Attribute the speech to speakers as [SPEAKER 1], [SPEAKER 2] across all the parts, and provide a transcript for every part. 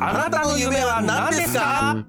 [SPEAKER 1] あなたの夢は何ですか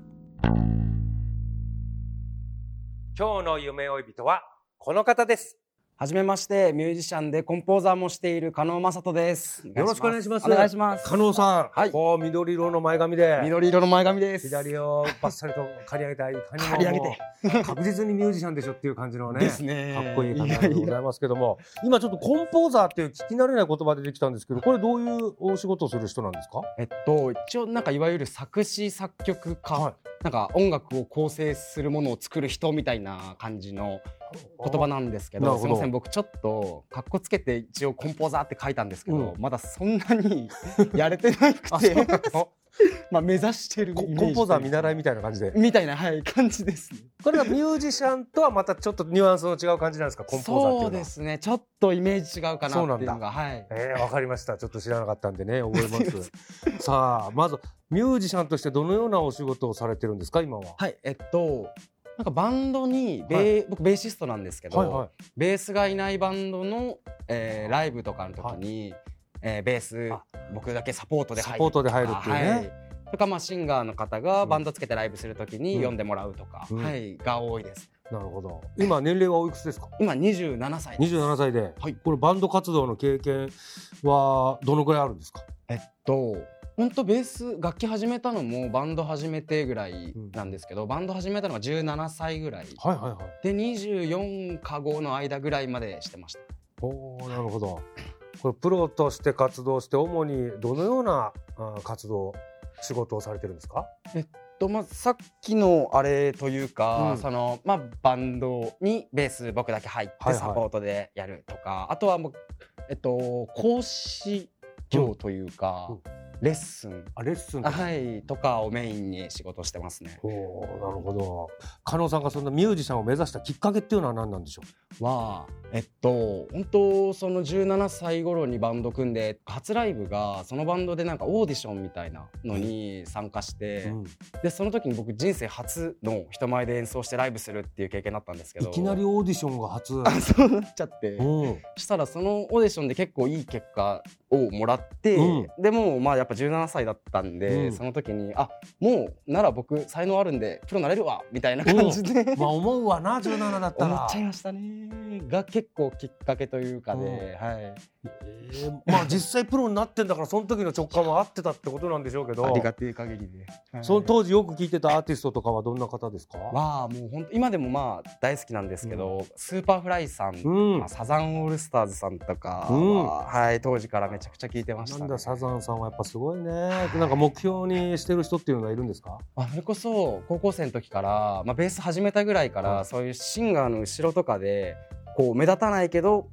[SPEAKER 2] 今日の夢追い人はこの方です。
[SPEAKER 3] はじめまして、ミュージシャンでコンポーザーもしている加納正人です。よ
[SPEAKER 2] よろしくお願いします。
[SPEAKER 3] お願いします。
[SPEAKER 2] 加納さん、
[SPEAKER 3] はい
[SPEAKER 2] こう緑色の前髪で。
[SPEAKER 3] 緑色の前髪です。
[SPEAKER 2] 左をバッサリと刈り上げたいかにも
[SPEAKER 3] 刈り上げて
[SPEAKER 2] もう確実にミュージシャンでしょっていう感じのね
[SPEAKER 3] ですね。
[SPEAKER 2] かっこいい方
[SPEAKER 3] いや
[SPEAKER 2] で
[SPEAKER 3] い
[SPEAKER 2] ござ
[SPEAKER 3] や
[SPEAKER 2] いますけども今ちょっとコンポーザーっていう聞き慣れない言葉出てきたんですけどこれどういうお仕事をする人なんですか
[SPEAKER 3] えっと、一応なんかいわゆる作詞作曲家、
[SPEAKER 2] はい
[SPEAKER 3] なんか音楽を構成するものを作る人みたいな感じの言葉なんですけ
[SPEAKER 2] なる
[SPEAKER 3] ど、
[SPEAKER 2] ほ
[SPEAKER 3] す
[SPEAKER 2] ど
[SPEAKER 3] みません、僕ちょっとかっこつけて一応コンポーザーって書いたんですけど、
[SPEAKER 2] う
[SPEAKER 3] まだそんなにやれてなくて、 まあ目指してるイメ
[SPEAKER 2] コ
[SPEAKER 3] ージ
[SPEAKER 2] コンポーザー見習い
[SPEAKER 3] み
[SPEAKER 2] みたいな感じで
[SPEAKER 3] たいなみたいなはい感じですね。
[SPEAKER 2] これがミュージシャンとはまたちょっとニュアンスの違う感じなんですかコンポーザーっていうのは
[SPEAKER 3] そうですねちょっとイメージ違うかなっていう
[SPEAKER 2] そうな
[SPEAKER 3] の
[SPEAKER 2] んだ
[SPEAKER 3] がはい
[SPEAKER 2] えー、わかりましたちょっと知らなかったんでね覚えます さあまずミュージシャンとしてどのようなお仕事をされてるんですか今は
[SPEAKER 3] はいえっとなんかバンドにベー、僕ベーシストなんですけど、
[SPEAKER 2] はいはい
[SPEAKER 3] ベースがいないバンドの、えーライブとかの時に、えーベース
[SPEAKER 2] あ
[SPEAKER 3] 僕だけサポートで入る
[SPEAKER 2] サポートで入るっていうね
[SPEAKER 3] はいとかまあシンガーの方がバンドつけてライブする時に
[SPEAKER 2] うん
[SPEAKER 3] 読んでもらうとか、
[SPEAKER 2] うん
[SPEAKER 3] はいが多いです
[SPEAKER 2] なるほど今年齢はおいくつですか
[SPEAKER 3] 今27歳です
[SPEAKER 2] 27歳で、
[SPEAKER 3] はい
[SPEAKER 2] これバンド活動の経験はどのぐらいあるんですか
[SPEAKER 3] えっと本当ベース楽器始めたのもバンド始めてぐらいなんですけど、バンド始めたのが17歳ぐらい
[SPEAKER 2] はいはいはい
[SPEAKER 3] で24か5の間ぐらいまでしてました
[SPEAKER 2] おーなるほどこれプロとして活動して主にどのようなあー活動仕事をされてるんですか
[SPEAKER 3] と、まあ、さっきのあれというか、
[SPEAKER 2] うん
[SPEAKER 3] そのまあ、バンドにベース僕だけ入っ
[SPEAKER 2] はい
[SPEAKER 3] て
[SPEAKER 2] はい
[SPEAKER 3] サポートでやるとか、あとはもう、えっと、講師業というか、
[SPEAKER 2] うんうん
[SPEAKER 3] レッスン、
[SPEAKER 2] あレッスンとか
[SPEAKER 3] はい、とかをメインに仕事してますね。
[SPEAKER 2] おーなるほど加納さんがそんなミュージシャンを目指したきっかけっていうのは何なんでしょう
[SPEAKER 3] はえっと本当その17歳頃にバンド組んで初ライブがそのバンドでなんかオーディションみたいなのに参加して、
[SPEAKER 2] うん
[SPEAKER 3] でその時に僕人生初の人前で演奏してライブするっていう経験だったんですけど
[SPEAKER 2] いきなりオーディションが初。
[SPEAKER 3] あそうなっちゃって
[SPEAKER 2] うん、
[SPEAKER 3] したらそのオーディションで結構いい結果をもらって、
[SPEAKER 2] う
[SPEAKER 3] でもうまあやっぱ17歳だったん
[SPEAKER 2] う
[SPEAKER 3] で、
[SPEAKER 2] ん
[SPEAKER 3] その時にあもうなら僕才能あるんでプロなれるわみたいな感じで、
[SPEAKER 2] まあ思うわな17だった
[SPEAKER 3] 思
[SPEAKER 2] ら
[SPEAKER 3] っちゃいましたねが結構きっかけというかで、
[SPEAKER 2] うん
[SPEAKER 3] はい
[SPEAKER 2] えーまあ実際プロになってんだからその時の直感は合ってたってことなんでしょうけど
[SPEAKER 3] ありがてえ限りで、はい
[SPEAKER 2] その当時よく聴いてたアーティストとかはどんな方ですか、
[SPEAKER 3] はもう本当今でもまあ大好きなんですけど、スーパーフライさん、
[SPEAKER 2] うん
[SPEAKER 3] まあ、サザンオールスターズさんとかは、
[SPEAKER 2] うん
[SPEAKER 3] はい当時からめちゃくちゃ聞いてました、ね、
[SPEAKER 2] なんだサザンさんはやっぱすごいねなんか目標にしてる人っていうのはいるんですか
[SPEAKER 3] あそれこそ高校生の時から、まあ、ベース始めたぐらいから、
[SPEAKER 2] はい
[SPEAKER 3] そういうシンガーの後ろとかでこう目立たないけど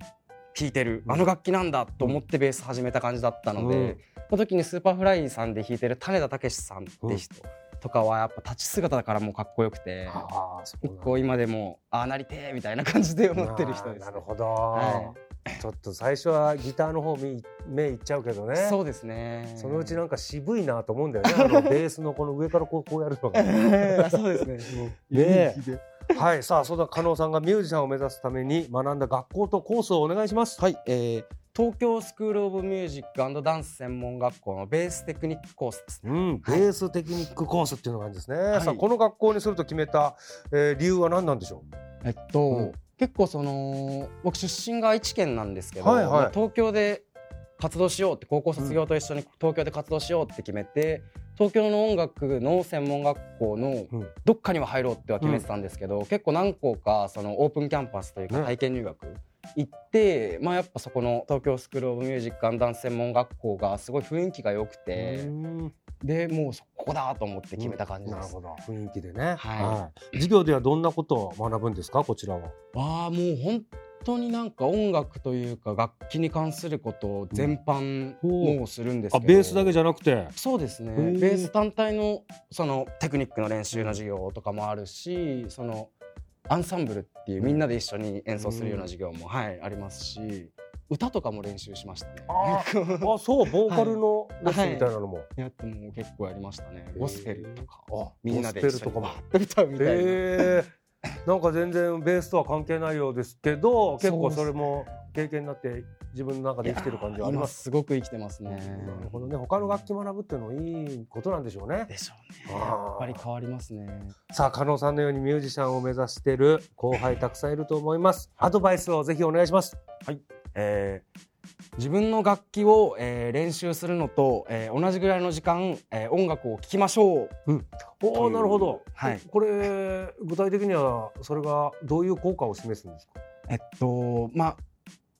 [SPEAKER 3] 弾いてる、
[SPEAKER 2] うん
[SPEAKER 3] あの楽器なんだと思ってベース始めた感じだったので、
[SPEAKER 2] うん
[SPEAKER 3] その時にスーパーフライさんで弾いてる種田武さんって人とかはやっぱ立ち姿だからもうかっこよくて、
[SPEAKER 2] ああそ
[SPEAKER 3] 結構今でもああなりてえみたいな感じで思ってる人です、ね、
[SPEAKER 2] なるほど、
[SPEAKER 3] は
[SPEAKER 2] ちょっと最初はギターの方目い目いっちゃうけどね
[SPEAKER 3] そうですね
[SPEAKER 2] そのうちなんか渋いなと思うんだよね。 あのベースのこの上からこうこうやるのが。
[SPEAKER 3] あ そうですね
[SPEAKER 2] ねえ。はい、さあ、そんな加納さんがミュージシャンを目指すために学んだ学校とコースをお願いします。
[SPEAKER 3] はい、えー東京スクール・オブ・ミュージックダンス専門学校のベーステクニックコースですね。
[SPEAKER 2] うん、ベーステクニックコースっていうのがあるんですね。
[SPEAKER 3] い
[SPEAKER 2] さあ、この学校にすると決めた、えー理由は何なんでしょう。
[SPEAKER 3] えっと、
[SPEAKER 2] うん
[SPEAKER 3] 結構その僕出身が愛知県なんですけど、
[SPEAKER 2] はいはい
[SPEAKER 3] まあ東京で活動しようって高校卒業と一緒に東京で活動しようって決めて、東京の音楽の専門学校の
[SPEAKER 2] うん
[SPEAKER 3] どっかには入ろうっては決めてたんですけど、結構何校かそのオープンキャンパスというか
[SPEAKER 2] ね
[SPEAKER 3] 体験入学行って、まあやっぱそこの東京スクール・オブ・ミュージック・アンダンス専門学校がすごい雰囲気が良くて、
[SPEAKER 2] うん
[SPEAKER 3] でもうそこだと思って決めた感じです。
[SPEAKER 2] なるほど雰囲気でね、
[SPEAKER 3] はい
[SPEAKER 2] い授業ではどんなことを学ぶんですかこちらは
[SPEAKER 3] ああもう本当になんか音楽というか楽器に関すること全
[SPEAKER 2] う
[SPEAKER 3] 般
[SPEAKER 2] んほう
[SPEAKER 3] もうするんですけ
[SPEAKER 2] あ
[SPEAKER 3] ど、
[SPEAKER 2] ベースだけじゃなくて
[SPEAKER 3] そうですね
[SPEAKER 2] ー
[SPEAKER 3] ベース単体のそのテクニックの練習の授業とかもあるしそのアンサンブルっていうみんなで一緒に演奏するような授業も、はい、ありますし歌とかも練習しましたね。
[SPEAKER 2] ああそうボーカルのレッスンみたいなのも、
[SPEAKER 3] やってもう結構やりましたね
[SPEAKER 2] へー
[SPEAKER 3] ゴスペルとか
[SPEAKER 2] あ
[SPEAKER 3] みんなで
[SPEAKER 2] ゴ
[SPEAKER 3] 一
[SPEAKER 2] スペ
[SPEAKER 3] 緒
[SPEAKER 2] ルと
[SPEAKER 3] に
[SPEAKER 2] かも
[SPEAKER 3] わーっと歌うみたいな。
[SPEAKER 2] へーなんか全然ベースとは関係ないようですけど結構それも経験になって自分の中で生きてる感じはあります。
[SPEAKER 3] いやー今すごく生きてますね。
[SPEAKER 2] なるほどね他の楽器学ぶっていうのもいいことなんでしょうね。
[SPEAKER 3] でしょう
[SPEAKER 2] あ
[SPEAKER 3] ね。
[SPEAKER 2] ー
[SPEAKER 3] やっぱり変わりますね。
[SPEAKER 2] さあ加納さんのようにミュージシャンを目指している後輩たくさんいると思います。アドバイスをぜひお願いします。
[SPEAKER 3] えー自分の楽器を、えー練習するのと、えー同じぐらいの時間、えー音楽を聴きましょう。
[SPEAKER 2] お
[SPEAKER 3] と
[SPEAKER 2] お
[SPEAKER 3] いう
[SPEAKER 2] なるほど。
[SPEAKER 3] はい
[SPEAKER 2] これ具体的にはそれがどういう効果を示すんですか。
[SPEAKER 3] えっとまあ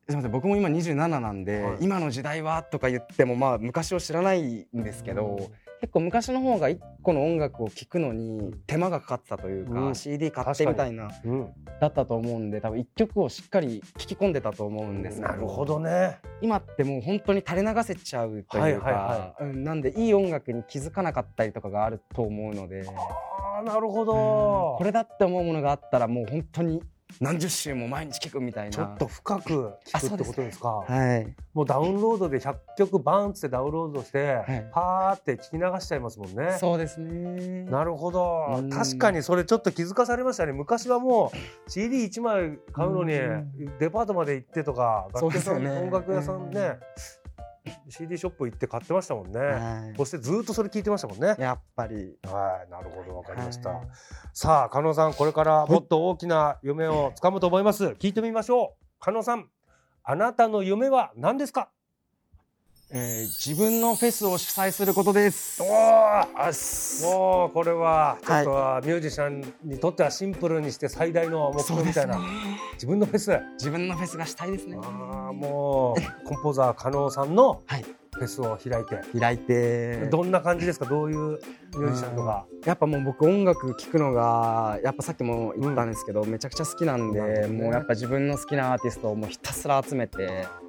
[SPEAKER 3] すみません僕も今27なんで、
[SPEAKER 2] はい
[SPEAKER 3] 今の時代はとか言ってもまあ昔を知らないんですけど、結構昔の方が1個の音楽を聴くのに手間がかかってたというか、
[SPEAKER 2] うん
[SPEAKER 3] CD 買ってみたいな
[SPEAKER 2] うん、
[SPEAKER 3] だったと思うんで多分1曲をしっかり聴き込んでたと思うんですけど
[SPEAKER 2] なるほどね。
[SPEAKER 3] 今ってもう本当に垂れ流せちゃうと
[SPEAKER 2] はいいうはいは
[SPEAKER 3] かうんなんでいい音楽に気づかなかったりとかがあると思うので
[SPEAKER 2] ああなるほ
[SPEAKER 3] うん
[SPEAKER 2] ど
[SPEAKER 3] こ。れだって思うものがあったらもう本当に何十週も毎日聴くみたいな。
[SPEAKER 2] ちょっと深く
[SPEAKER 3] あ
[SPEAKER 2] 聞くってことですか。
[SPEAKER 3] はい
[SPEAKER 2] もうダウンロードで100曲バーンってダウンロードして、
[SPEAKER 3] い
[SPEAKER 2] パーって聞き流しちゃいますもんね。
[SPEAKER 3] そうですね。
[SPEAKER 2] なるほど
[SPEAKER 3] うん
[SPEAKER 2] 確かにそれちょっと気づかされましたね昔はもう CD1 枚買うのに
[SPEAKER 3] うん
[SPEAKER 2] デパートまで行ってとか楽器屋さ、
[SPEAKER 3] そうんですよね
[SPEAKER 2] 音楽屋さんね CD ショップ行って買ってましたもんね、
[SPEAKER 3] は
[SPEAKER 2] そしてずっとそれ聞いてましたもんね
[SPEAKER 3] い。やっぱり。
[SPEAKER 2] はいなるほどわかりました、
[SPEAKER 3] はい
[SPEAKER 2] さあ加納さんこれからもっと大きな夢をつかむと思います聞いてみましょう加納さんあなたの夢は何ですか
[SPEAKER 3] えー自分のフェスを主催することです。
[SPEAKER 2] お
[SPEAKER 3] っす
[SPEAKER 2] もうこれはちょ
[SPEAKER 3] は
[SPEAKER 2] っ
[SPEAKER 3] い
[SPEAKER 2] とはミュージシャンにとってはシンプルにして最大の目標みたいな、自分のフェスあ
[SPEAKER 3] 自分のフェスがしたいですね。
[SPEAKER 2] ーもうコンポーザー加納さんの
[SPEAKER 3] はい
[SPEAKER 2] フェスを開いて、
[SPEAKER 3] 開いて。
[SPEAKER 2] どんな感じですかどういうミュージシャンとか
[SPEAKER 3] やっぱもう僕音楽聴くのがやっぱさっきも言ったんですけど、めちゃくちゃ好きなんで
[SPEAKER 2] なるほどね
[SPEAKER 3] もうやっぱ自分の好きなアーティストをもうひたすら集めて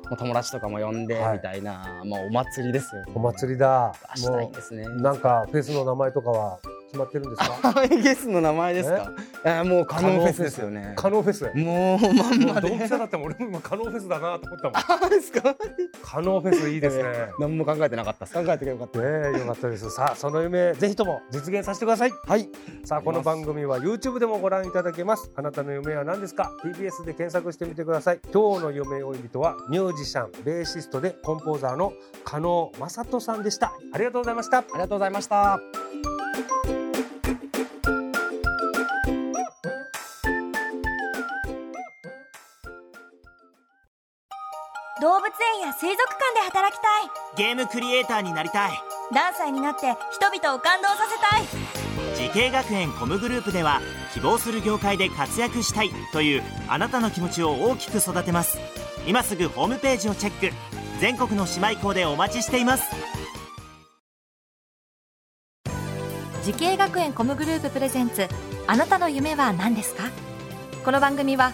[SPEAKER 3] もう友達とかも呼んで
[SPEAKER 2] はい
[SPEAKER 3] みたいな、まあお祭りですよね
[SPEAKER 2] お祭りだ
[SPEAKER 3] したい
[SPEAKER 2] も
[SPEAKER 3] ですね
[SPEAKER 2] うなんかフェスの名前とかは決まってるんです か
[SPEAKER 3] ハワイゲスの名前ですかえーもうカノンフェスですよね
[SPEAKER 2] 加納フェス
[SPEAKER 3] もうまん
[SPEAKER 2] も
[SPEAKER 3] ま
[SPEAKER 2] う
[SPEAKER 3] で
[SPEAKER 2] ドンピシャだっても俺も今加納フェスだなと思 ったもん
[SPEAKER 3] あですか
[SPEAKER 2] 加納フェスいいですね
[SPEAKER 3] 何も考えてなかったです考えてよかっ
[SPEAKER 2] ねえよかったですさあその夢ぜひとも実現させてください
[SPEAKER 3] たはい
[SPEAKER 2] さあこの番組は YouTube でもご覧いただけますあなたの夢は何ですか TBS で検索してみてください今日の夢追い人はミュージシャンベーシストでコンポーザーの加納正人さんでしたありがとうございました
[SPEAKER 3] ありがとうございました
[SPEAKER 4] 動物園や水族館で働きたい
[SPEAKER 5] ゲームクリエイターになりたい
[SPEAKER 4] 何歳になって人々を感動させたい
[SPEAKER 5] 時系学園コムグループでは希望する業界で活躍したいというあなたの気持ちを大きく育てます今すぐホームページをチェック全国の姉妹校でお待ちしています
[SPEAKER 6] 時系学園コムグループプレゼンツあなたの夢は何ですかこの番組は